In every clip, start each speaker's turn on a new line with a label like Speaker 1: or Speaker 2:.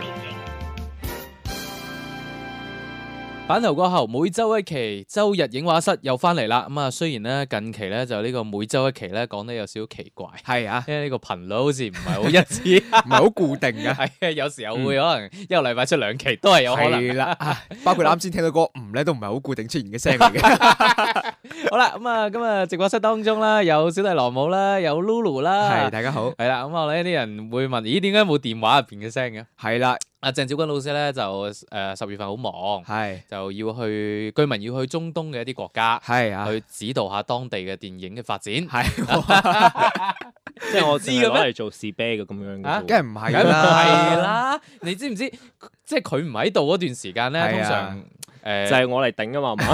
Speaker 1: 電影。
Speaker 2: 版頭過後，每周一期，周日影畫室又翻嚟啦。咁啊，雖然咧近期咧就呢個每周一期咧講得有少少奇怪，
Speaker 3: 係啊，
Speaker 2: 因為呢個頻率好似唔係好一 致，
Speaker 3: 唔係好固定嘅。
Speaker 2: 係啊，有時候會可能一個禮拜出兩期都係有可能。
Speaker 3: 係啦，啊包括你啱先聽到嗰個唔咧，都唔係好固定出現嘅 聲嚟嘅。
Speaker 2: 好啦，咁啊，今日直播室當中啦，有小弟羅姆啦，有 Lulu 啦
Speaker 3: 係，，大家好，
Speaker 2: 係啦。咁我呢啲人會問，咦，點解冇電話入邊嘅聲嘅？
Speaker 3: 係啦，
Speaker 2: 阿鄭少君老師咧就誒十月份好忙，
Speaker 3: 係
Speaker 2: 就要去居民要去中東嘅一啲國家
Speaker 3: 係啊，
Speaker 2: 去指導下當地嘅電影嘅發展。
Speaker 3: 係，
Speaker 4: 即係我
Speaker 2: 知嘅
Speaker 4: 知嘅
Speaker 2: 咩
Speaker 4: 攞嚟做士啤嘅咁樣
Speaker 2: 啊
Speaker 4: 嘅啫喎，
Speaker 3: 梗係唔係
Speaker 2: 梗唔係
Speaker 3: 啦，
Speaker 2: 啦，你知唔知？即係佢唔喺度嗰段時間咧，
Speaker 3: 係
Speaker 2: 通
Speaker 3: 啊
Speaker 2: 常誒，
Speaker 4: 就係我嚟頂啊嘛，係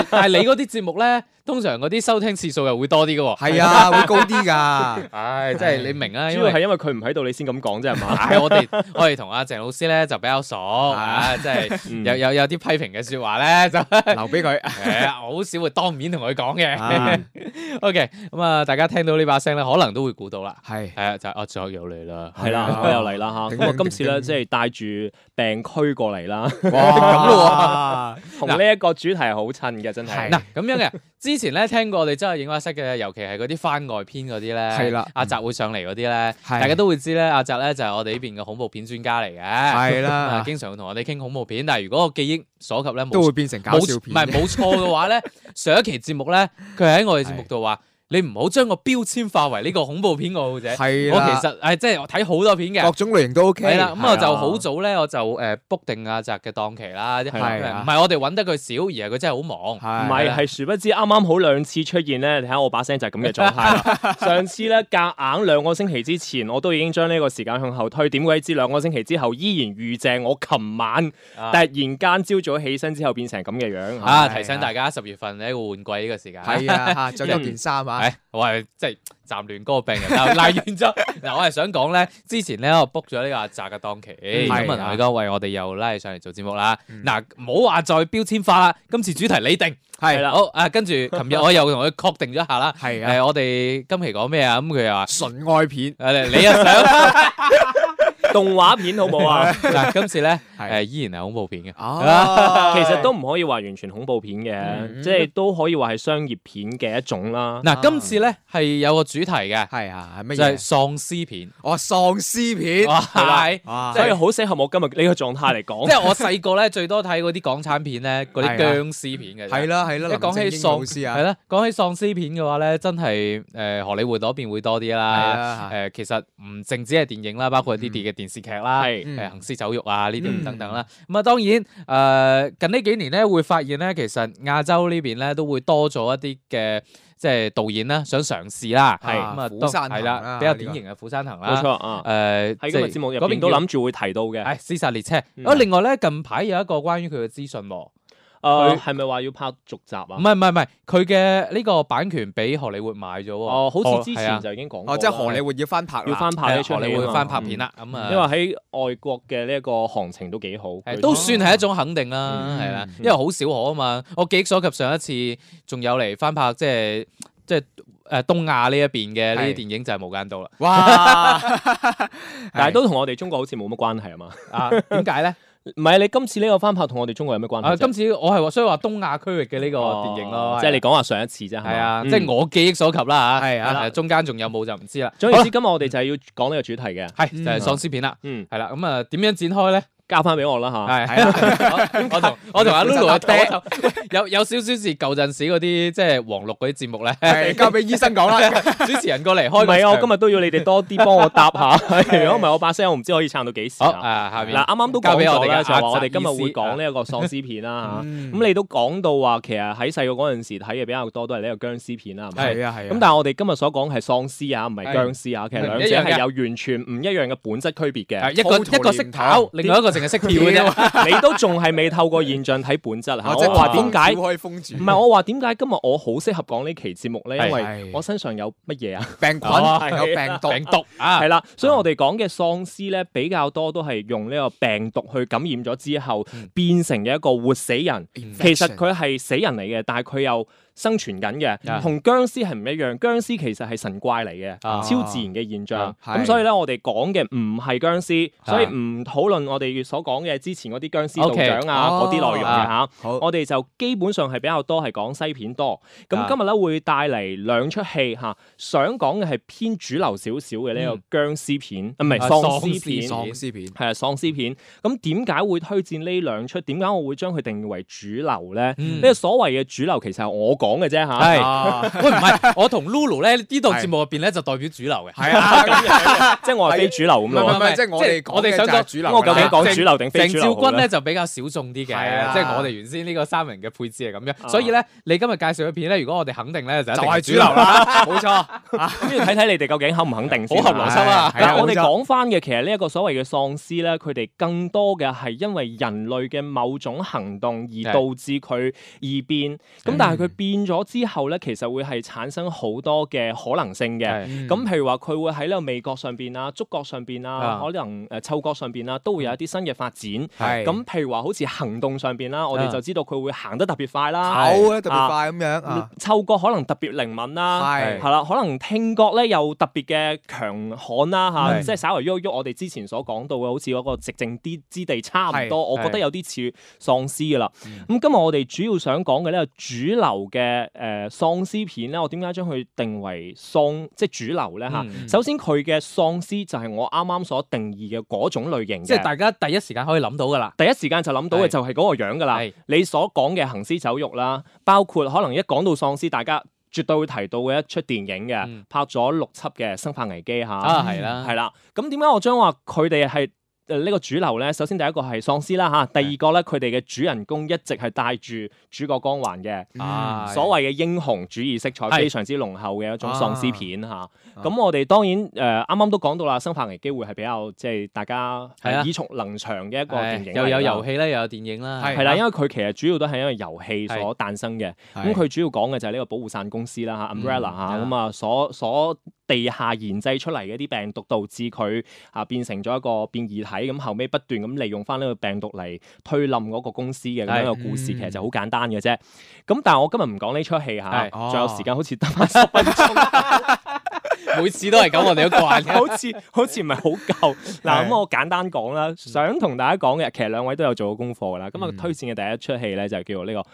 Speaker 4: 嘛
Speaker 2: 但係你嗰啲節目咧，通常嗰啲收聽次數又會多啲嘅喎。
Speaker 3: 係啊，會高 啲㗎，
Speaker 2: 唉，真係你明啊，因
Speaker 4: 主要
Speaker 2: 為
Speaker 4: 係因為佢唔喺度，你先咁講啫，係嘛？
Speaker 2: 唉，我哋我哋同阿鄭老師咧就比較熟啊，即 係
Speaker 4: 嗯
Speaker 2: 有有有啲批評嘅説話咧就。
Speaker 3: 留俾佢。
Speaker 2: 誒，我好少會當面同佢講嘅
Speaker 3: 啊。
Speaker 2: OK，咁啊，大家聽到呢把聲咧，可能都會估到啦。
Speaker 3: 係
Speaker 2: 係啊，就係阿卓又嚟啦。
Speaker 4: 係啦，我又嚟啦吓，
Speaker 3: 頂
Speaker 4: 咁我啊
Speaker 3: 頂
Speaker 4: 今次咧
Speaker 3: 頂
Speaker 4: 即係帶住病區過嚟啦，
Speaker 3: 哇，
Speaker 4: 同呢一個主題好襯嘅，真
Speaker 3: 係。
Speaker 4: 係
Speaker 2: 嗱咁樣嘅，之前咧聽過我哋真係影畫室嘅，尤其係嗰啲番外篇嗰啲咧，
Speaker 3: 係啦
Speaker 2: 阿澤會上嚟嗰啲咧，
Speaker 3: 係
Speaker 2: 大家都會知咧，阿澤咧就係我哋呢邊嘅恐怖片專家嚟嘅，啊，
Speaker 3: 係啦，
Speaker 2: 經常會同我哋傾恐怖片，但係如果我記憶所及咧，冇
Speaker 3: 都會變成搞
Speaker 2: 冇
Speaker 3: 笑
Speaker 2: 唔係
Speaker 3: 片。
Speaker 2: 冇錯嘅話咧，上一期節目咧，佢喺我哋節目度 話，你唔好將個標籤化為呢個恐怖片愛好者，我其
Speaker 3: 係啦，
Speaker 2: 實誒即係我睇好多片
Speaker 3: 各
Speaker 2: 嘅。
Speaker 3: 種類型都 OK。
Speaker 2: 係啦，咁我
Speaker 4: 係啊
Speaker 2: 就好早咧，我就誒 book 定阿澤嘅檔期啦，因為
Speaker 3: 係啊
Speaker 2: 唔係我哋揾得佢少，而係佢真係好忙。
Speaker 4: 唔
Speaker 3: 係
Speaker 4: 係，係殊不知啱啱好兩次出現咧，你睇下我把聲就係咁嘅狀態啦。 上次咧夾硬兩個星期之前，我都已經將呢個時間向後推，點鬼知兩個星期之後依然預正我琴晚
Speaker 2: 啊
Speaker 4: 突然間朝早起身之後變成咁嘅樣啊
Speaker 2: 啊！
Speaker 3: 係
Speaker 2: 提醒
Speaker 3: 啊
Speaker 2: 大家，十月份呢個換季呢個時間，
Speaker 3: 係啊，嚇着多件衫啊，
Speaker 2: 係我係即係站亂嗰個病人 啦，拉完咗嗱，我係想講咧，之前咧我 book 咗呢個阿澤嘅檔期，
Speaker 3: 嗯
Speaker 2: 咁啊
Speaker 3: 係
Speaker 2: 同
Speaker 3: 啊
Speaker 2: 佢講，喂，我哋又拉你上嚟做節目啦，
Speaker 3: 嗯
Speaker 2: 嗱，唔好話再標籤化啦，今次主題你定
Speaker 3: 係
Speaker 4: 啦
Speaker 2: 好啊，跟住琴 日我又同佢確定咗一下啦，
Speaker 3: 係啊，
Speaker 2: 誒，我哋今期講咩啊？咁佢又話
Speaker 3: 純 愛片
Speaker 2: 誒， 你又想
Speaker 4: 動畫片好冇啊？
Speaker 2: 嗱，今次咧
Speaker 3: 係
Speaker 2: 誒依然係恐怖片嘅，
Speaker 3: 哦，
Speaker 4: 其實都唔可以話完全恐怖片嘅，
Speaker 2: 嗯
Speaker 4: 即係都可以話係商業片嘅一種啦。
Speaker 2: 嗱，今次咧係有個主題嘅，
Speaker 3: 係啊，係乜
Speaker 2: 就係
Speaker 3: 嘢？
Speaker 2: 喪屍片，
Speaker 3: 哦，喪屍片，
Speaker 2: 哇
Speaker 4: 啦
Speaker 2: 係
Speaker 3: 哇
Speaker 4: 所以好適合我今日呢個狀態嚟
Speaker 2: 即
Speaker 4: 講。
Speaker 2: 係我細個咧最多睇嗰啲港產片咧，嗰啲
Speaker 3: 係啊
Speaker 2: 僵屍片嘅啫。
Speaker 3: 係啦係啦，
Speaker 2: 一
Speaker 3: 林
Speaker 2: 講
Speaker 3: 正
Speaker 2: 起喪
Speaker 3: 英老師
Speaker 2: 係
Speaker 3: 啊，
Speaker 2: 啦，講起喪屍片嘅話咧，真係誒、呃荷里活嗰邊會多啲
Speaker 3: 係啊
Speaker 2: 啦。誒、
Speaker 3: 啦，係
Speaker 2: 其實唔淨止係電影啦，包括一啲啲嘅電視劇啦，誒、
Speaker 4: 係
Speaker 3: 嗯
Speaker 2: 行屍走肉啊呢啲
Speaker 3: 嗯
Speaker 2: 等等啦。咁啊、當然誒、呃近呢幾年咧，會發現咧，其實亞洲呢邊咧都會多咗一啲嘅即係導演啦，想嘗試啦。
Speaker 3: 係
Speaker 2: 咁啊，
Speaker 3: 釜
Speaker 2: 當
Speaker 3: 山
Speaker 2: 係
Speaker 3: 行
Speaker 2: 啦，
Speaker 3: 啦
Speaker 2: 比較
Speaker 3: 呢個
Speaker 2: 典型嘅釜山行
Speaker 4: 冇
Speaker 2: 啦。呃
Speaker 4: 錯啊，
Speaker 2: 誒
Speaker 4: 喺今日節目入邊都諗住會提到嘅。
Speaker 2: 係屍殺列車。
Speaker 4: 嗯哦
Speaker 2: 哦，另外咧，近排有一個關於佢嘅資訊喎。
Speaker 4: 誒
Speaker 2: 佢
Speaker 4: 呃係咪話要拍續集啊
Speaker 2: 唔？係唔係唔係，佢嘅呢個版權俾荷里活買咗喎。
Speaker 4: 哦，好似之
Speaker 2: 係啊
Speaker 4: 前就已經講過啦。
Speaker 3: 哦，即係荷里活要翻拍啦
Speaker 4: 要翻拍
Speaker 2: 係啊
Speaker 4: 呢出
Speaker 2: 荷里
Speaker 4: 戲
Speaker 2: 活
Speaker 4: 啊嘛
Speaker 2: 翻拍片，啦，咁
Speaker 4: 嗯
Speaker 2: 啊，
Speaker 4: 因為喺外國嘅呢一個行情都幾好，嗯
Speaker 2: 係
Speaker 4: 據
Speaker 2: 都
Speaker 4: 說
Speaker 2: 算係一種肯定啦，
Speaker 3: 嗯
Speaker 2: 係啦，
Speaker 3: 嗯
Speaker 2: 因為好少可啊嘛。我記憶所及上一次仲有嚟翻拍即係即係誒東亞呢一邊嘅呢啲
Speaker 3: 係
Speaker 2: 電影就係《無間道》 啦。
Speaker 3: 哇，
Speaker 4: 但係都同我哋中國好似冇乜關係啊嘛。
Speaker 2: 啊，點解咧？
Speaker 4: 唔係你今次呢個翻拍同我哋中國有咩關係
Speaker 2: 啊，
Speaker 4: 啫？
Speaker 2: 今次我係話，所以話東亞區域嘅呢個
Speaker 4: 哦
Speaker 2: 電影咯，啊
Speaker 4: 即係你講話上一次啫，
Speaker 2: 係啊，
Speaker 4: 嘛嗯
Speaker 2: 即係。我記憶所及啦嚇。
Speaker 3: 係啊
Speaker 2: 誒中間仲有冇就唔知啦。
Speaker 4: 嗯總言之，今日我哋就係要講呢個主題嘅，
Speaker 2: 係就係喪屍片啦，
Speaker 4: 嗯，
Speaker 2: 係啦。咁啊，點樣展開咧？
Speaker 4: 交翻俾我啦吓。
Speaker 2: 係
Speaker 3: 啊係啊
Speaker 2: 啦， 我我 同我同阿
Speaker 3: 你負責
Speaker 2: Lulu
Speaker 3: 搭
Speaker 2: 阿
Speaker 3: 檔
Speaker 2: 爹 有有少少似舊陣時嗰啲即係黃綠嗰啲節目咧，
Speaker 3: 係交俾醫生講啦，
Speaker 2: 主持人過嚟
Speaker 4: 唔
Speaker 2: 開個
Speaker 4: 係啊，我
Speaker 2: 場
Speaker 4: 今日都要你哋多啲幫我答下，如果唔係我把聲，我唔知可以撐到幾時
Speaker 2: 好
Speaker 4: 啊。
Speaker 2: 啊，下面
Speaker 4: 嗱，啱啱都
Speaker 2: 交
Speaker 4: 講
Speaker 2: 俾我
Speaker 4: 咗
Speaker 2: 哋
Speaker 4: 啦，
Speaker 2: 嘅
Speaker 4: 就話我
Speaker 2: 阿澤
Speaker 4: 哋今日
Speaker 2: 醫師
Speaker 4: 會講呢一個喪屍片啦
Speaker 2: 嗯
Speaker 4: 嚇。
Speaker 3: 咁
Speaker 4: 咁你都講到話，其實喺細個嗰陣時睇嘅比較多都係呢個僵屍片啦，係咪？
Speaker 3: 係啊係啊，
Speaker 4: 咁但係我哋今日所講係喪屍啊，唔
Speaker 2: 係
Speaker 4: 係僵屍啊，其實
Speaker 2: 唔
Speaker 4: 兩
Speaker 2: 一樣嘅
Speaker 4: 者係有完全唔一樣嘅本質區別
Speaker 2: 啊
Speaker 4: 嘅。
Speaker 2: 一個
Speaker 3: 粗糙
Speaker 2: 一個識
Speaker 3: 連
Speaker 2: 跑
Speaker 3: 頭，
Speaker 2: 另外一個淨係識跳嘅啫。哦
Speaker 4: 你都仲係未透過現象睇本質嚇。
Speaker 3: 或者
Speaker 4: 我話點解？
Speaker 3: 可以封住？
Speaker 4: 唔係我話點解今日我好適合講呢期節目咧？因為
Speaker 2: 係
Speaker 4: 我身上有乜嘢 啊？
Speaker 3: 病
Speaker 2: 哦
Speaker 3: 菌有病 毒，
Speaker 2: 病毒啊
Speaker 4: 係，啦，所以我哋講嘅喪屍咧比較多都係用呢個病毒去感染咗之後
Speaker 2: 嗯
Speaker 4: 變成嘅一個活死人。其實佢係死人嚟嘅，但係佢又生存緊
Speaker 2: 嗯
Speaker 4: 嘅，同僵屍係唔一樣。僵屍其實係神怪嚟嘅，
Speaker 2: 啊
Speaker 4: 超自然嘅現象
Speaker 2: 啊。
Speaker 3: 係
Speaker 4: 咁所以咧，我哋講嘅唔係僵屍，
Speaker 2: 啊
Speaker 4: 所以唔討論我哋所講嘅之前嗰啲僵屍道長啊
Speaker 2: 哦
Speaker 3: OK，
Speaker 4: 嗰啲內容嘅嚇。
Speaker 3: 好
Speaker 4: 我哋就基本上係比較多係講西片多。
Speaker 2: 啊
Speaker 4: 咁今日咧會帶嚟兩出戲嚇，想講嘅係偏主流少少嘅呢個僵屍片，啊唔係
Speaker 2: 啊
Speaker 4: 喪
Speaker 2: 喪屍
Speaker 4: 屍片。
Speaker 3: 喪屍片。
Speaker 4: 係啊，喪屍片。咁點解會推薦呢兩出？點解我會將佢定義為主流咧？呢、
Speaker 2: 嗯
Speaker 4: 個所謂嘅主流其實係我講嘅啫嚇。
Speaker 2: 係
Speaker 3: 啊
Speaker 2: 喂，唔係，我同 Lulu 咧呢度節目入邊咧就代表主流嘅。
Speaker 3: 係啊，咁
Speaker 4: 即係我係非主流咁
Speaker 3: 唔係唔
Speaker 4: 咯。
Speaker 3: 係，即係我 哋
Speaker 2: 我哋想講
Speaker 3: 講嘅就係主流
Speaker 4: 我究竟
Speaker 3: 啦
Speaker 4: 講主流定非
Speaker 2: 鄭
Speaker 4: 主流
Speaker 2: 照
Speaker 4: 好
Speaker 2: 君咧
Speaker 4: 咧？
Speaker 2: 就比較小眾啲
Speaker 3: 係
Speaker 2: 嘅，
Speaker 3: 啊
Speaker 2: 即係我哋原先呢個三人嘅配置係咁樣，所以咧你今日介紹嘅片咧，如果我哋肯定咧就一
Speaker 3: 就
Speaker 2: 定
Speaker 3: 係主流，啦，冇錯。
Speaker 4: 咁要睇睇你哋究竟肯唔肯定先啦。
Speaker 2: 好合邏輯啊
Speaker 3: 係啊
Speaker 4: 嗱，我
Speaker 3: 冇
Speaker 4: 哋
Speaker 3: 錯
Speaker 4: 講翻嘅其實呢一個所謂嘅喪屍咧，佢哋更多嘅係因為人類嘅某種行動
Speaker 2: 係
Speaker 4: 而導致佢異變。咁但係佢變咗之後咧，其實會係產生好多嘅可能性 嘅。
Speaker 2: 係
Speaker 4: 咁譬如話，佢會喺呢個味覺上邊啊、觸覺上邊
Speaker 2: 啊
Speaker 4: 啊，可能誒嗅覺上邊啊，都會有一啲新嘅發展。
Speaker 3: 係
Speaker 4: 咁譬如話，好似行動上邊啦，我哋就知道佢會行得特別快啦，
Speaker 3: 口咧特別快咁樣啊，
Speaker 4: 嗅覺可能特別靈敏啦，
Speaker 3: 係
Speaker 4: 係啦，可能聽覺咧又特別嘅強悍啦嚇，
Speaker 2: 係
Speaker 4: 即係稍微喐一喐，我哋之前所講到嘅，好似嗰個寂靜啲之地差唔
Speaker 3: 係
Speaker 4: 多，我覺得有啲似喪屍噶啦。
Speaker 2: 嗯
Speaker 4: 咁今日我哋主要想講嘅呢個主流嘅誒喪屍片咧，我點解將佢定為喪即係主流咧嚇？
Speaker 3: 啊
Speaker 2: 嗯
Speaker 4: 首先佢嘅喪屍就係我啱啱所定義嘅嗰種類型嘅，
Speaker 2: 即係大家第一時間可以諗到噶啦。
Speaker 4: 第一時間就諗到
Speaker 2: 係
Speaker 4: 嘅就係嗰個樣㗎啦
Speaker 2: 係。
Speaker 4: 你所講嘅行屍走肉啦，包括可能一講到喪屍，大家絕對會提到嘅一出電影嘅，
Speaker 2: 嗯
Speaker 4: 拍咗六輯嘅《生化危機》嚇，
Speaker 2: 啊，係啦，
Speaker 4: 係啦、咁點解我將話佢哋係？誒呢個主流咧，首先第一個係喪屍啦嚇，第二個咧佢哋嘅主人公一直係帶住主角光環嘅，
Speaker 2: 啊，
Speaker 4: 所謂嘅英雄主義色彩
Speaker 2: 係
Speaker 4: 非常之濃厚嘅一種喪屍片嚇。咁、
Speaker 3: 啊
Speaker 4: 我哋當然誒呃啱啱都講到啦，《生化危機》會係比較即係大家呃
Speaker 2: 係啊
Speaker 4: 耳熟能詳嘅一個電
Speaker 2: 係
Speaker 4: 影嚟啦，
Speaker 2: 又有遊戲啦，又有電影啦，
Speaker 3: 係
Speaker 4: 係啦，因為佢其實主要都係因為遊戲所誕生嘅。咁
Speaker 3: 係
Speaker 4: 佢主要講嘅就係呢個保護傘公司啦嚇，umbrella
Speaker 2: 啊
Speaker 4: 嚇，咁啊所所地下研製出嚟嘅啲病毒，導致佢啊變成咗一個變異體，咁後尾不斷咁利用翻呢個病毒嚟推冧嗰個公司嘅咁樣嘅故事，
Speaker 3: 係
Speaker 4: 其實就好簡單嘅啫。咁但係我今日唔講呢出戲
Speaker 2: 係
Speaker 4: 嚇，
Speaker 3: 哦
Speaker 4: 仲有時間好似得翻十分鐘，
Speaker 2: 每次都係咁，我哋都慣 嘅。
Speaker 4: 好似好似唔係好夠。嗱
Speaker 3: 係
Speaker 4: 咁我簡單講啦，想同大家講嘅，其實兩位都有做過功課㗎啦。今日
Speaker 3: 嗯
Speaker 4: 推薦嘅第一出戲咧就叫做呢個《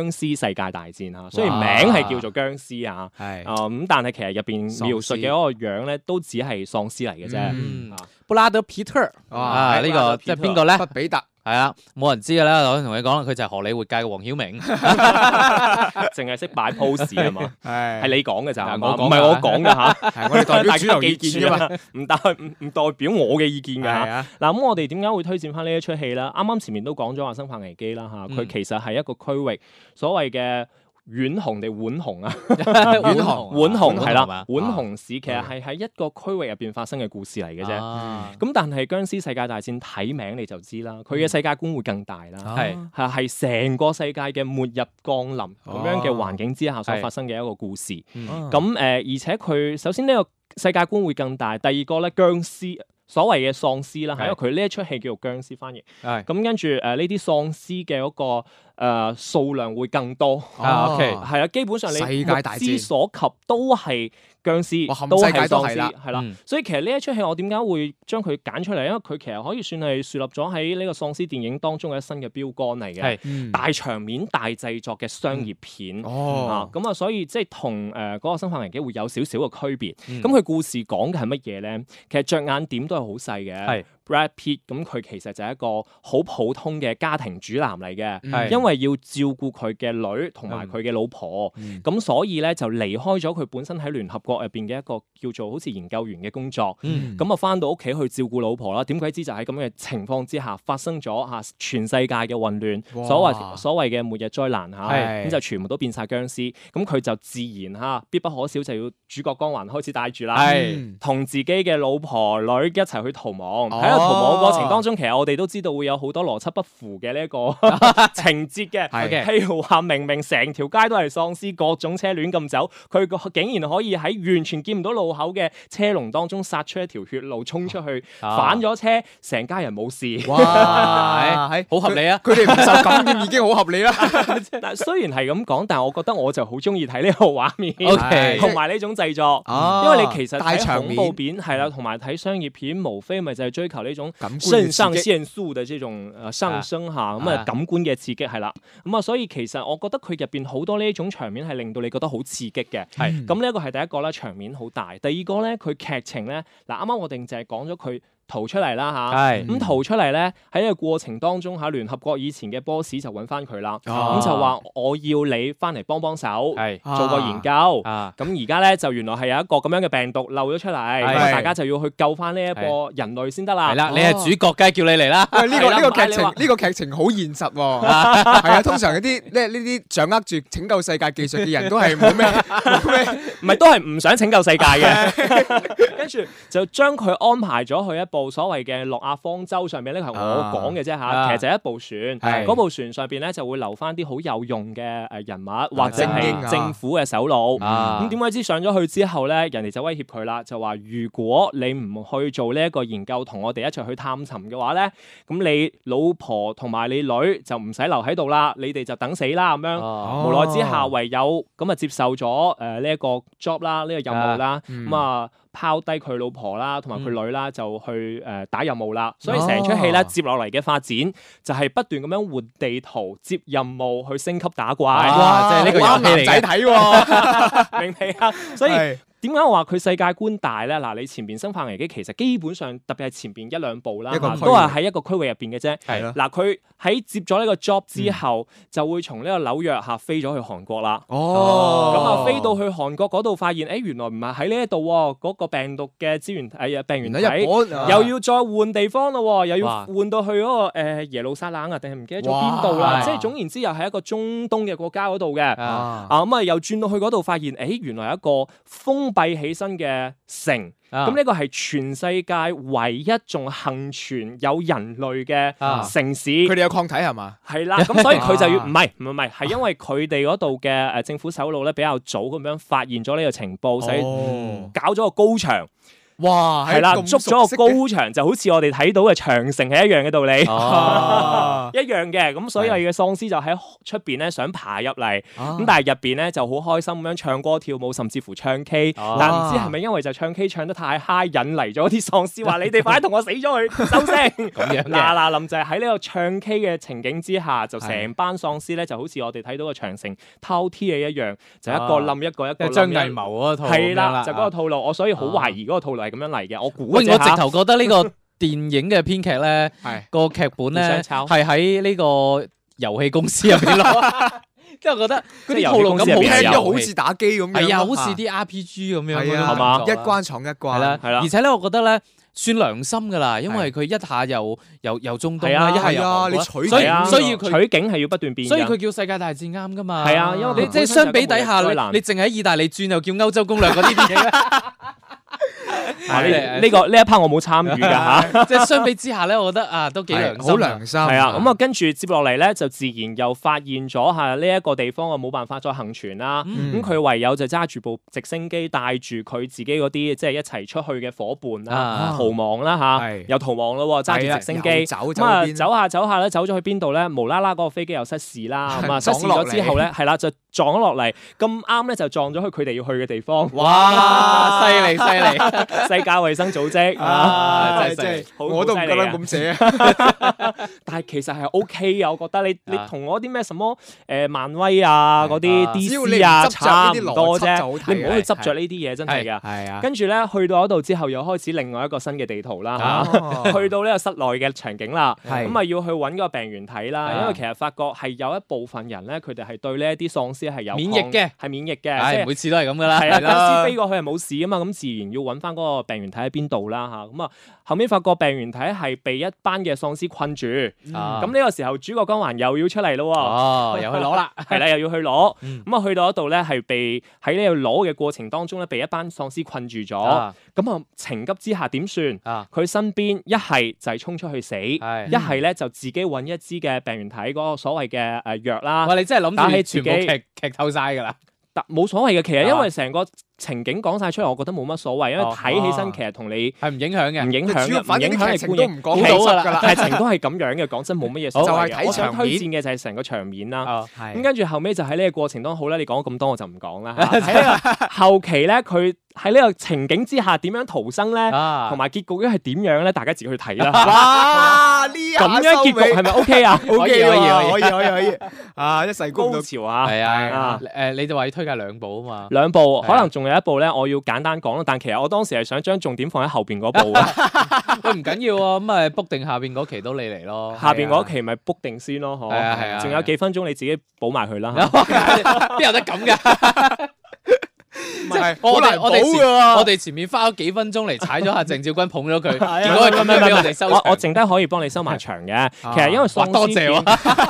Speaker 4: 僵屍世界大戰》嚇，雖然名係叫做僵屍啊。
Speaker 3: 係
Speaker 4: 啊咁，但係其實入邊描述嘅嗰個樣咧，都只係喪屍嚟嘅啫。
Speaker 2: 嗯
Speaker 4: 啊
Speaker 2: 布拉德皮特
Speaker 3: 啊
Speaker 2: 啊，呢個即係邊個咧？
Speaker 3: 不比特
Speaker 2: 係啦，冇人知噶啦。我同你講啦，佢就係荷里活界嘅黃曉明。
Speaker 4: 淨係識擺 pose 啊 嘛，係
Speaker 3: 係
Speaker 4: 你講嘅
Speaker 3: 啊
Speaker 4: 咋，
Speaker 2: 嗱
Speaker 4: 係
Speaker 2: 我講㗎
Speaker 4: 嘛唔係我講嘅吓，
Speaker 3: 係我哋 代表主流
Speaker 4: 大家
Speaker 3: 意
Speaker 4: 記
Speaker 3: 見
Speaker 4: 住
Speaker 3: 噶嘛，
Speaker 4: 啊，唔代唔唔代表我嘅意見㗎
Speaker 3: 係
Speaker 4: 嚇。
Speaker 3: 啊，
Speaker 4: 嗱咁，我哋點解會推薦翻呢一出戲咧？啱啱前面都講咗話《生化危機》啦嚇，
Speaker 2: 嗯
Speaker 4: 佢其實係一個區域所謂嘅。浣熊定浣 熊啊，
Speaker 2: 浣
Speaker 3: 熊
Speaker 4: 浣熊係
Speaker 2: 係嘛啊嗯
Speaker 4: 啦，浣熊市其實係喺一個區域入邊發生嘅故事嚟嘅啫。
Speaker 2: 啊
Speaker 4: 咁但係僵屍世界大戰睇名你就知啦，
Speaker 2: 嗯
Speaker 4: 佢嘅世界觀會更大啦，
Speaker 2: 係
Speaker 4: 係係成個世界嘅末日降臨
Speaker 3: 哦
Speaker 4: 咁樣嘅環境之下所
Speaker 2: 係
Speaker 4: 發生嘅一個故事。
Speaker 2: 嗯
Speaker 4: 咁誒、呃而且佢首先呢個世界觀會更大，第二個咧僵屍。所謂嘅喪屍啦，係
Speaker 2: 係
Speaker 4: 因為佢呢一出戲叫做僵屍翻譯，
Speaker 2: 係
Speaker 4: 咁跟住誒呢啲喪屍嘅嗰個誒、呃、數量會更多，
Speaker 2: 啊
Speaker 3: 哦
Speaker 2: OK
Speaker 4: 係啊，基本上你
Speaker 3: 世界大戰
Speaker 4: 目之所及都係僵
Speaker 3: 哇
Speaker 4: 屍，
Speaker 3: 冚
Speaker 4: 都
Speaker 3: 世界
Speaker 4: 係
Speaker 3: 都
Speaker 4: 喪
Speaker 3: 係啦
Speaker 4: 屍，係啦
Speaker 2: 嗯。
Speaker 4: 所以其實呢一出戲我點解會將佢揀出嚟？因為佢其實可以算係樹立咗喺呢個喪屍電影當中嘅一新嘅標杆嚟嘅，
Speaker 2: 係嗯
Speaker 3: 嗯
Speaker 4: 大場面、大製作嘅商業片。啊
Speaker 3: 哦，
Speaker 4: 咁啊，所以即係同誒嗰個生化危機會有少少嘅區別。
Speaker 2: 嗯
Speaker 4: 咁佢、故事講嘅係乜嘢咧？其實着眼點都係好細嘅
Speaker 2: 係。
Speaker 4: Brad Pitt 咁佢其實就係一個好普通嘅家庭主男嚟嘅，
Speaker 3: 嗯
Speaker 2: 係
Speaker 4: 因為要照顧佢嘅女同埋佢嘅老婆。
Speaker 3: 嗯
Speaker 4: 咁所以咧就離開咗佢本身喺聯合國入邊嘅一個叫做好似研究員嘅工作，
Speaker 3: Ừ.
Speaker 2: 嗯
Speaker 4: 咁啊翻到屋企去照顧老婆啦。點鬼知就喺咁嘅情況之下發生咗嚇全世界嘅混亂，
Speaker 3: 哇
Speaker 4: 所謂所謂嘅末日災難嚇，
Speaker 3: 係
Speaker 4: 咁就全部都變晒僵屍。咁佢就自然嚇必不可少就要主角光環開始戴住啦。
Speaker 2: 係
Speaker 3: 嗯
Speaker 4: 同自己嘅老婆女一齊去逃亡，喺度、逃亡嘅過程當中，其實我哋都知道會有好多邏輯不符嘅呢一個情節嘅，
Speaker 3: 係
Speaker 4: 譬如話明明成條街都係喪屍，各種車亂咁走，佢個竟然可以喺完全見唔到路口嘅車龍當中殺出一條血路，衝出去
Speaker 2: 啊
Speaker 4: 反咗車，成家人冇 事。
Speaker 3: 哇，係
Speaker 2: 好合理啊
Speaker 3: 佢佢哋唔受感染已經好合理啦。
Speaker 4: 但雖然係咁講，但係我覺得我就好中意睇呢個畫面，
Speaker 2: OK
Speaker 4: 同埋呢種製作。
Speaker 3: 啊
Speaker 4: 因為你其實
Speaker 3: 大
Speaker 4: 睇
Speaker 3: 場
Speaker 4: 恐怖
Speaker 3: 面
Speaker 4: 片係啦，同埋睇商業片，無非咪就係追求呢種
Speaker 3: 感官嘅
Speaker 4: 腎上
Speaker 3: 刺激
Speaker 4: 腺素嘅呢種誒上升下，咁
Speaker 2: 啊
Speaker 4: 啊感官嘅刺激係啦，咁啊所以其實我覺得佢入邊好多呢一種場面係令到你覺得好刺激嘅。
Speaker 2: 係
Speaker 4: 咁呢一個係第一個啦，場面好大。第二個咧，佢劇情咧，嗱啱啱我哋淨係講咗佢逃出嚟啦吓。
Speaker 2: 係
Speaker 4: 咁逃出嚟咧，喺呢個過程當中嚇，聯合國以前嘅 boss 就揾翻佢啦，
Speaker 3: 啊
Speaker 4: 咁就話我要你翻嚟幫幫手，
Speaker 2: 係
Speaker 4: 做個研究。
Speaker 2: 啊
Speaker 4: 咁而家咧就原來係有一個咁樣嘅病毒漏咗出嚟，咁啊大家就要去救翻呢一個人類先得啦。
Speaker 2: 係啦，你係主角，梗係叫你嚟啦。
Speaker 3: 喂，呢、個
Speaker 4: 係啦
Speaker 3: 呢、個
Speaker 4: 唔係
Speaker 3: 劇
Speaker 4: 你
Speaker 3: 情
Speaker 4: 話
Speaker 3: 呢個劇情好現實喎、係啊，通常嗰啲呢呢啲掌握住拯救世界技術嘅人都係冇咩冇咩，
Speaker 4: 唔係都係唔想拯救世界嘅，跟住就將佢安排咗去一部所謂嘅諾亞方舟上面。呢個係
Speaker 3: 啊
Speaker 4: 我講嘅啫
Speaker 2: 啊
Speaker 4: 嚇，其實就係一部
Speaker 3: 係
Speaker 4: 船，嗰部船上邊咧就會留翻啲好有用嘅誒人物或者
Speaker 2: 精英
Speaker 3: 啊
Speaker 4: 係政府嘅首腦。
Speaker 2: 啊
Speaker 4: 咁點解知上咗去之後咧，人哋就威脅佢啦，就話如果你唔去做呢一個研究，同我哋一齊去探尋嘅話咧，咁你老婆同埋你女就唔使留喺度啦，你哋就等死啦咁樣。
Speaker 2: 哦
Speaker 3: 哦
Speaker 4: 無奈之下，唯有咁啊接受咗誒呢一個 job 啦，呢、個任務啦，
Speaker 3: 嗯
Speaker 4: 咁啊、拋低佢老婆啦，同埋佢女啦，就去誒、呃打任務啦。所以成出戲咧，
Speaker 3: 哦
Speaker 4: 接落嚟嘅發展就係不斷咁樣換地圖、接任務、去升級打怪。
Speaker 3: 啊
Speaker 2: 哇即係呢個
Speaker 3: 啱
Speaker 2: 遊戲嚟嘅
Speaker 3: 男仔睇喎，
Speaker 4: 明唔明啊？所以
Speaker 3: 係
Speaker 4: 點解我話佢世界觀大咧？嗱，你前邊生化危機其實基本上特別係前邊一兩部啦，
Speaker 3: 一個
Speaker 4: 嚇
Speaker 3: 區域
Speaker 4: 都係喺一個區域入邊嘅啫。
Speaker 2: 係
Speaker 3: 咯，
Speaker 4: 嗱，佢喺接咗呢個 job
Speaker 3: 嗯
Speaker 4: 之後，就會從呢個紐約嚇飛咗去韓國啦。
Speaker 3: 哦，
Speaker 4: 咁啊，飛到去韓國嗰度，發現誒原來唔係喺呢一度喎，嗰個病毒嘅資源誒啊病
Speaker 3: 原
Speaker 4: 源
Speaker 3: 來日
Speaker 4: 體
Speaker 3: 本啊
Speaker 4: 又要再換地方咯喎，又
Speaker 2: 哇
Speaker 4: 要換到去嗰個誒耶路撒冷啊，定係唔記得咗邊度
Speaker 2: 哇
Speaker 4: 啦？即係總言之，又係一個中東嘅國家嗰度嘅。
Speaker 2: 啊
Speaker 3: 啊
Speaker 4: 啊咁啊，又轉到去嗰度，發現誒原來有一個封閉起身嘅城，
Speaker 2: 啊
Speaker 4: 咁呢個係全世界唯一仲幸存有人類嘅
Speaker 2: 啊
Speaker 4: 城市。
Speaker 3: 佢哋有抗體係嘛？
Speaker 4: 係啦，咁所以佢就要
Speaker 3: 啊
Speaker 4: 唔係唔係唔係，係因為佢哋嗰度嘅誒政府首腦咧比較早咁樣發現咗呢個情報，所以
Speaker 3: 哦
Speaker 4: 搞咗個高牆，
Speaker 3: 哇，
Speaker 4: 係啦，
Speaker 3: 咁
Speaker 4: 捉咗
Speaker 3: 熟悉
Speaker 4: 個
Speaker 3: 嘅
Speaker 4: 高牆就好似我哋睇到嘅長城係一樣嘅道理。
Speaker 2: 哦
Speaker 3: 啊
Speaker 4: 一樣嘅，咁所以嘅喪屍就喺出邊咧想爬入嚟，
Speaker 3: 啊
Speaker 4: 咁但係入邊咧就好開心咁樣唱歌跳舞，甚至乎唱 K，
Speaker 3: 啊
Speaker 2: 哦
Speaker 4: 但唔知係咪因為就唱 K 唱得太 high 引嚟咗啲 喪屍話你哋快啲同我死咗佢收聲。
Speaker 2: 咁樣
Speaker 4: 嗱嗱臨就係喺呢個唱 K 嘅情景之下，就成班喪屍咧就好似我哋睇到個長城偷 T 嘅一樣，就一個
Speaker 2: 啊
Speaker 4: 冧一個一
Speaker 2: 即
Speaker 4: 個
Speaker 2: 係張
Speaker 4: 冧一
Speaker 2: 藝謀嗰套咁
Speaker 4: 係
Speaker 2: 樣
Speaker 4: 啦，就嗰個
Speaker 2: 啊
Speaker 4: 套路，我所以好懷疑嗰個套路係咁樣嚟嘅，我估
Speaker 2: 喂，
Speaker 4: 嘅啫
Speaker 2: 我
Speaker 4: 嚇
Speaker 2: 直頭覺得呢個電影嘅編劇 咧，
Speaker 3: 係
Speaker 2: 個劇本
Speaker 4: 互
Speaker 2: 咧
Speaker 4: 相抄
Speaker 2: 係喺呢個遊戲公司入邊攞， 即係我覺得嗰啲套路
Speaker 4: 即
Speaker 2: 咁
Speaker 4: 係遊
Speaker 2: 好
Speaker 3: 聽
Speaker 4: 戲公司入
Speaker 2: 聽
Speaker 4: 邊有
Speaker 3: 咗好似打機咁樣，
Speaker 2: 係啊，好似啲 RPG 咁樣
Speaker 3: 係啊
Speaker 2: 嗰種感覺
Speaker 3: 一
Speaker 2: 啊
Speaker 3: 關闖一關，
Speaker 2: 係啦，
Speaker 4: 係啦
Speaker 2: 而且咧，我覺得咧算良心噶啦，因為佢一下又又又中東啦，一
Speaker 4: 係啊
Speaker 2: 下又
Speaker 3: 係啊
Speaker 2: 韓國啦
Speaker 3: 你取
Speaker 2: 所以
Speaker 4: 係啊
Speaker 2: 所以佢
Speaker 4: 取景係要不斷變㗎，
Speaker 2: 所以佢叫世界大戰啱噶嘛。
Speaker 4: 係啊，因為
Speaker 2: 你
Speaker 4: 佢
Speaker 2: 即係
Speaker 4: 本身就
Speaker 2: 相比底下，
Speaker 4: 係
Speaker 2: 你
Speaker 4: 一個災難
Speaker 2: 你淨喺意大利轉又叫歐洲攻略嗰啲電影咧，
Speaker 4: 啊
Speaker 2: 係
Speaker 4: 呢呢個呢一 part 我冇參與㗎 嚇。
Speaker 2: 即係相比之下咧，我覺得啊都幾良
Speaker 3: 係
Speaker 2: 心，
Speaker 3: 好良心，
Speaker 4: 係啊，咁
Speaker 3: 啊，
Speaker 4: 啊，跟住接落嚟咧，就自然又發現咗嚇呢一個地方啊，冇辦法再幸存啦。咁
Speaker 3: 嗯
Speaker 4: 佢唯有就揸住部直升機，帶住佢自己嗰啲即係一齊出去嘅伙伴
Speaker 2: 啊
Speaker 4: 啦，逃亡啦嚇
Speaker 3: 係，
Speaker 4: 又逃亡咯喎，揸住直升
Speaker 3: 係啊又
Speaker 4: 機。
Speaker 3: 走走
Speaker 4: 咁啊，
Speaker 3: 邊
Speaker 4: 走下走下咧，走咗去邊度咧？無啦啦嗰個飛機又失事啦，咁啊，
Speaker 3: 失
Speaker 4: 失
Speaker 3: 事
Speaker 4: 事
Speaker 3: 落嚟
Speaker 4: 咗之後咧，係啦，就撞咗落嚟，咁啱咧就撞咗去佢哋要去嘅地方，
Speaker 2: 哇，啊犀 利犀利，
Speaker 4: 世界衞生組織
Speaker 2: 啊
Speaker 4: 啊，
Speaker 2: 真係
Speaker 4: 真係
Speaker 3: 係
Speaker 4: 好
Speaker 3: 我都唔
Speaker 4: 好犀
Speaker 3: 覺
Speaker 4: 利
Speaker 3: 得
Speaker 4: 啊
Speaker 3: 咁寫，
Speaker 4: 但係其實係 O K 嘅，我覺得你你
Speaker 2: 啊
Speaker 4: 同嗰啲咩什麼誒、呃漫威啊嗰啲
Speaker 2: 啊
Speaker 3: 只要你
Speaker 4: D
Speaker 3: 唔
Speaker 4: C 啊
Speaker 3: 執着
Speaker 4: 差
Speaker 3: 呢
Speaker 4: 唔
Speaker 3: 啲
Speaker 4: 多
Speaker 3: 邏輯就
Speaker 4: 啫
Speaker 3: 好，睇
Speaker 4: 你唔好去
Speaker 3: 嘅
Speaker 4: 執着呢啲嘢，真係㗎。
Speaker 3: 係啊，
Speaker 4: 跟住咧，去到嗰度之後，又開始另外一個新嘅地圖啦，
Speaker 2: 啊
Speaker 4: 嚇
Speaker 3: 哦
Speaker 4: 去到呢個室內嘅場景啦，
Speaker 3: 係
Speaker 4: 咁啊要去揾個病原體啦，
Speaker 2: 啊
Speaker 4: 因為其實發覺係有一部分人咧，佢哋係對呢一啲喪屍係有
Speaker 2: 免疫嘅
Speaker 4: 抗係免疫嘅，即
Speaker 2: 唉，
Speaker 4: 係
Speaker 2: 每次都係咁噶啦。
Speaker 4: 係啦，啊
Speaker 3: 係啦
Speaker 4: 僵屍飛過去係冇事啊嘛，咁自然要揾翻翻嗰個病原體喺邊度啦嚇。咁啊，後面發覺病原體係被一班嘅喪屍困住。
Speaker 2: 啊
Speaker 4: 咁呢個時候主角光環又要出嚟咯喎。
Speaker 2: 哦，又去攞啦，
Speaker 4: 係啦，又要去攞，
Speaker 2: 嗯
Speaker 4: 咁啊去到嗰度咧，係被喺呢度攞嘅過程當中咧，被一班喪屍困住咗，咁啊
Speaker 2: 啊
Speaker 4: 情急之下點算？
Speaker 2: 啊，
Speaker 4: 佢身邊一係就係衝出去死，一
Speaker 2: 係。
Speaker 4: 係咧就自己揾一支嘅病原體嗰個所謂嘅誒藥啦，
Speaker 2: 喂，你真係
Speaker 4: 打起
Speaker 2: 諗
Speaker 4: 自己
Speaker 2: 住全部劇劇透晒㗎啦，
Speaker 4: 但冇所謂嘅，其實
Speaker 2: 啊
Speaker 4: 因為成個情景講晒出嚟，我覺得冇乜所謂，因為
Speaker 2: 哦
Speaker 4: 睇起身其實同你
Speaker 2: 係唔影響
Speaker 4: 唔
Speaker 2: 嘅。
Speaker 4: 影響
Speaker 3: 啊主要
Speaker 4: 嘅，唔
Speaker 3: 反正
Speaker 4: 影
Speaker 3: 啲
Speaker 4: 響
Speaker 3: 劇
Speaker 4: 係
Speaker 3: 情
Speaker 4: 觀
Speaker 3: 都
Speaker 4: 影。
Speaker 3: 唔講
Speaker 2: 估到㗎啦
Speaker 3: 㗎啦，
Speaker 4: 劇情都係咁樣嘅，講真冇乜嘢所
Speaker 3: 就係
Speaker 4: 謂嘅。我
Speaker 3: 睇
Speaker 4: 想
Speaker 3: 場
Speaker 4: 推
Speaker 3: 面
Speaker 4: 薦。嘅就係成個場面啦。
Speaker 2: 哦，
Speaker 4: 咁
Speaker 3: 係
Speaker 4: 跟住後尾就喺呢個過程當中，好啦，你講咗咁多我就唔 講啦。嚇喺呢個後期咧，佢喺呢個情景之下點樣逃生咧，
Speaker 2: 啊
Speaker 4: 同，埋結局咧係點樣咧，大家自己去睇 啦。
Speaker 3: 哇！啊呢
Speaker 2: 哎
Speaker 3: 下
Speaker 4: 咁樣
Speaker 3: 收
Speaker 4: 結
Speaker 3: 尾
Speaker 4: 局係咪 OK 啊？
Speaker 3: O
Speaker 2: 可以
Speaker 3: K
Speaker 2: 可以
Speaker 3: 可以可以可以啊！一世高
Speaker 4: 高
Speaker 3: 到
Speaker 4: 潮啊！
Speaker 2: 係啊
Speaker 4: 啊，
Speaker 2: 誒，你就話要推介兩部啊嘛。
Speaker 4: 兩部
Speaker 2: 係啊
Speaker 4: 可能仲有一部咧，我要簡單講啦。但其實我當時係想將重點放喺後邊 嗰部啊嘅，
Speaker 2: 喂，唔緊要啊，咁咪 book 定下邊嗰期都你嚟咯。
Speaker 4: 下邊嗰期咪 book 定先咯，嗬。
Speaker 2: 啊係啊係啊
Speaker 4: 仲有幾分鐘你自己補 埋佢啦。
Speaker 2: 啊邊有得咁 㗎？
Speaker 3: 即係
Speaker 2: 我
Speaker 3: 好
Speaker 2: 哋
Speaker 3: 難
Speaker 2: 我哋
Speaker 3: 補
Speaker 2: 前
Speaker 3: 㗎
Speaker 2: 我
Speaker 3: 喎。
Speaker 2: 哋前面花咗幾分鐘嚟踩咗下鄭少君，捧咗佢，
Speaker 4: 啊
Speaker 2: 結果佢咁樣俾我哋收
Speaker 4: 我我
Speaker 2: 場。啊
Speaker 4: 剩低可以幫你收埋場 嘅。其實因為喪
Speaker 2: 哇多
Speaker 4: 屍
Speaker 2: 謝
Speaker 4: 片
Speaker 2: 喎。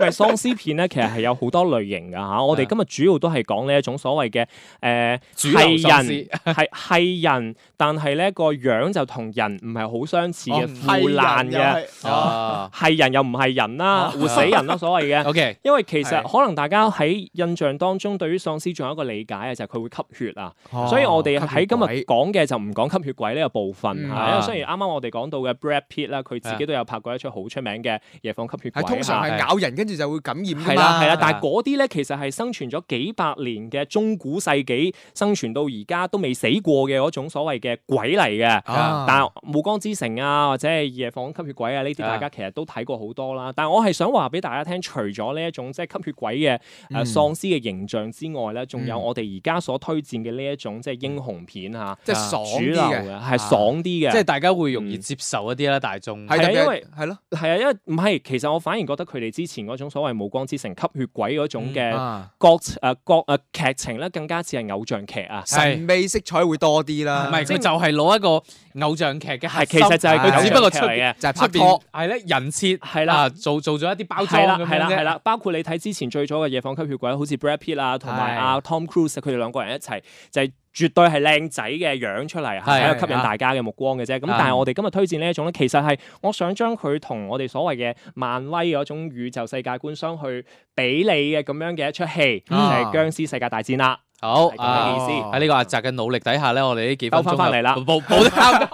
Speaker 4: 因為喪屍片咧，其實係有好多類型噶嚇。我哋今日主要都係講呢一種所謂嘅誒
Speaker 2: 啊主流喪
Speaker 4: 係
Speaker 2: 屍
Speaker 4: 人係係人，但係咧個樣就同人唔係好相似嘅
Speaker 3: 哦
Speaker 4: 腐爛嘅，
Speaker 2: 啊
Speaker 4: 係人又唔係人啦，活死人啦 所謂嘅。
Speaker 2: ，OK，
Speaker 4: 因為其實
Speaker 3: 啊係
Speaker 4: 可能大家喺印象當中對於喪屍仲有一個理解嘅就係佢會吸血啊，
Speaker 3: 哦
Speaker 4: 所以我哋喺今
Speaker 3: 吸
Speaker 4: 日
Speaker 3: 血鬼
Speaker 4: 講嘅就唔講吸血鬼呢個部分
Speaker 3: 嗯
Speaker 4: 嚇，因為雖然啱啱我哋講到嘅 Brad Pitt 啦，佢自己都有拍過一出好出名嘅《夜訪吸血鬼
Speaker 3: 係》通
Speaker 4: 嚇
Speaker 3: 常係咬人，跟住就會感染㗎嘛
Speaker 4: 啊係啦係啦，
Speaker 2: 係
Speaker 4: 但
Speaker 2: 啊
Speaker 4: 係嗰啲咧其實係生存咗幾百年嘅中古世紀，生存到而家都未死過嘅嗰種所謂嘅鬼嚟嘅。
Speaker 3: 啊
Speaker 4: 但係《暮光之城》啊，或者係《夜訪吸血鬼》啊，呢啲
Speaker 2: 啊
Speaker 4: 大家其實都睇過好多啦。但係我係想話俾大家聽，除咗呢一種即係吸血鬼嘅
Speaker 3: 嗯
Speaker 4: 誒喪屍嘅形象之外咧，仲有
Speaker 3: 嗯
Speaker 4: 我哋而家所推薦嘅呢一種即係英雄片啊，
Speaker 3: 即係爽
Speaker 4: 主
Speaker 3: 啲
Speaker 4: 流
Speaker 3: 嘅，啊
Speaker 4: 嘅係爽啲嘅，
Speaker 2: 即係嗯大家會容易接受一啲啦，大眾。
Speaker 4: 係啊
Speaker 3: 特別
Speaker 4: 因為
Speaker 3: 係咯
Speaker 4: 係啊，因為唔係，其實我反而覺得佢哋之前嗰種所謂《暮光之城》吸血鬼嗰種嘅。
Speaker 3: 啊
Speaker 4: 角誒角誒劇情咧更加似係偶像劇啊，
Speaker 3: 神秘色彩會多啲啦，
Speaker 2: 唔啊係，佢就係攞一個偶像劇嘅核
Speaker 4: 係
Speaker 2: 心，
Speaker 4: 其實就係
Speaker 3: 佢
Speaker 2: 佢只不過出
Speaker 4: 偶像劇嚟嘅
Speaker 3: 就係
Speaker 2: 出
Speaker 3: 拍
Speaker 2: 邊
Speaker 3: 拖
Speaker 2: 係咧人設
Speaker 4: 係
Speaker 2: 係
Speaker 4: 啦
Speaker 2: 啦，。做做咗一啲啊包裝
Speaker 4: 係啦，
Speaker 2: 咁
Speaker 4: 係啦，
Speaker 2: 樣
Speaker 4: 係
Speaker 2: 啫。
Speaker 4: 啦，包括你睇之前最早嘅《夜訪吸血鬼》，好似 Brad Pitt 啊，同埋
Speaker 2: 係
Speaker 4: 阿 Tom Cruise，佢哋兩個人一齊就係絕對係靚仔嘅樣出嚟，
Speaker 2: 係
Speaker 4: 係喺度吸引大家嘅目光嘅啫。咁
Speaker 2: 啊
Speaker 4: 但係我哋今日推薦呢一種咧，其實係我想將佢同我哋所謂嘅漫威嗰種宇宙世界觀相去比擬嘅咁樣嘅一出戲，就
Speaker 3: 啊
Speaker 4: 係《僵屍世界大戰》啦。
Speaker 2: 嗯好
Speaker 4: 係咁
Speaker 2: 啊
Speaker 4: 嘅。意思
Speaker 2: 喺呢個阿澤嘅努力底下咧，我哋呢幾分鐘
Speaker 4: 兜返返 嚟啦
Speaker 2: 就冇冇得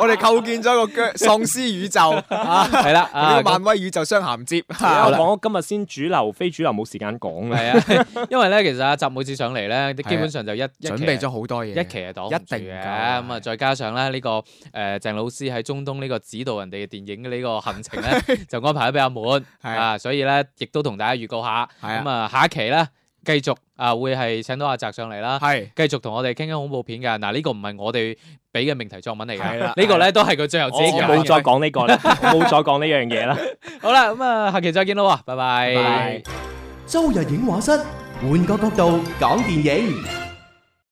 Speaker 3: 我哋構建咗個僵喪屍宇宙啊，
Speaker 2: 係啦
Speaker 3: 同呢
Speaker 2: 啊
Speaker 3: 個。漫威宇宙相銜接。
Speaker 4: 我
Speaker 2: 啦
Speaker 4: 講今日先主流，非主流冇時間講啦。
Speaker 2: 係啊，因為咧其實阿澤每次上嚟咧，基
Speaker 3: 係啊
Speaker 2: 本上就一一期
Speaker 3: 準備咗好多嘢，
Speaker 2: 一期係擋唔
Speaker 3: 一
Speaker 2: 住
Speaker 3: 定唔
Speaker 2: 嘅，
Speaker 3: 夠
Speaker 2: 咁啊再加上咧呢個誒鄭老師喺中東呢個指導人哋嘅電影嘅呢個行程 咧，就安排得比較滿
Speaker 3: 係
Speaker 2: 啊，所以咧亦都同大家預告下，
Speaker 3: 係
Speaker 2: 咁
Speaker 3: 啊，
Speaker 2: 啊下一期咧繼續啊會係請到阿澤上嚟啦。
Speaker 3: 係
Speaker 2: 繼續同我哋傾緊恐怖片㗎，嗱呢個唔係我哋俾嘅命題作文嚟
Speaker 3: 係
Speaker 2: 㗎
Speaker 3: 啦，
Speaker 2: 呢個咧都係佢最後
Speaker 4: 我
Speaker 2: 自己
Speaker 4: 我
Speaker 2: 揀
Speaker 4: 冇
Speaker 2: 嘅。
Speaker 4: 再講呢個啦，我冇再講呢樣嘢啦。
Speaker 2: 好啦，咁啊下期再見啦喎，拜
Speaker 4: 拜拜
Speaker 2: 拜。
Speaker 1: 周日影畫室，換個角度講電影。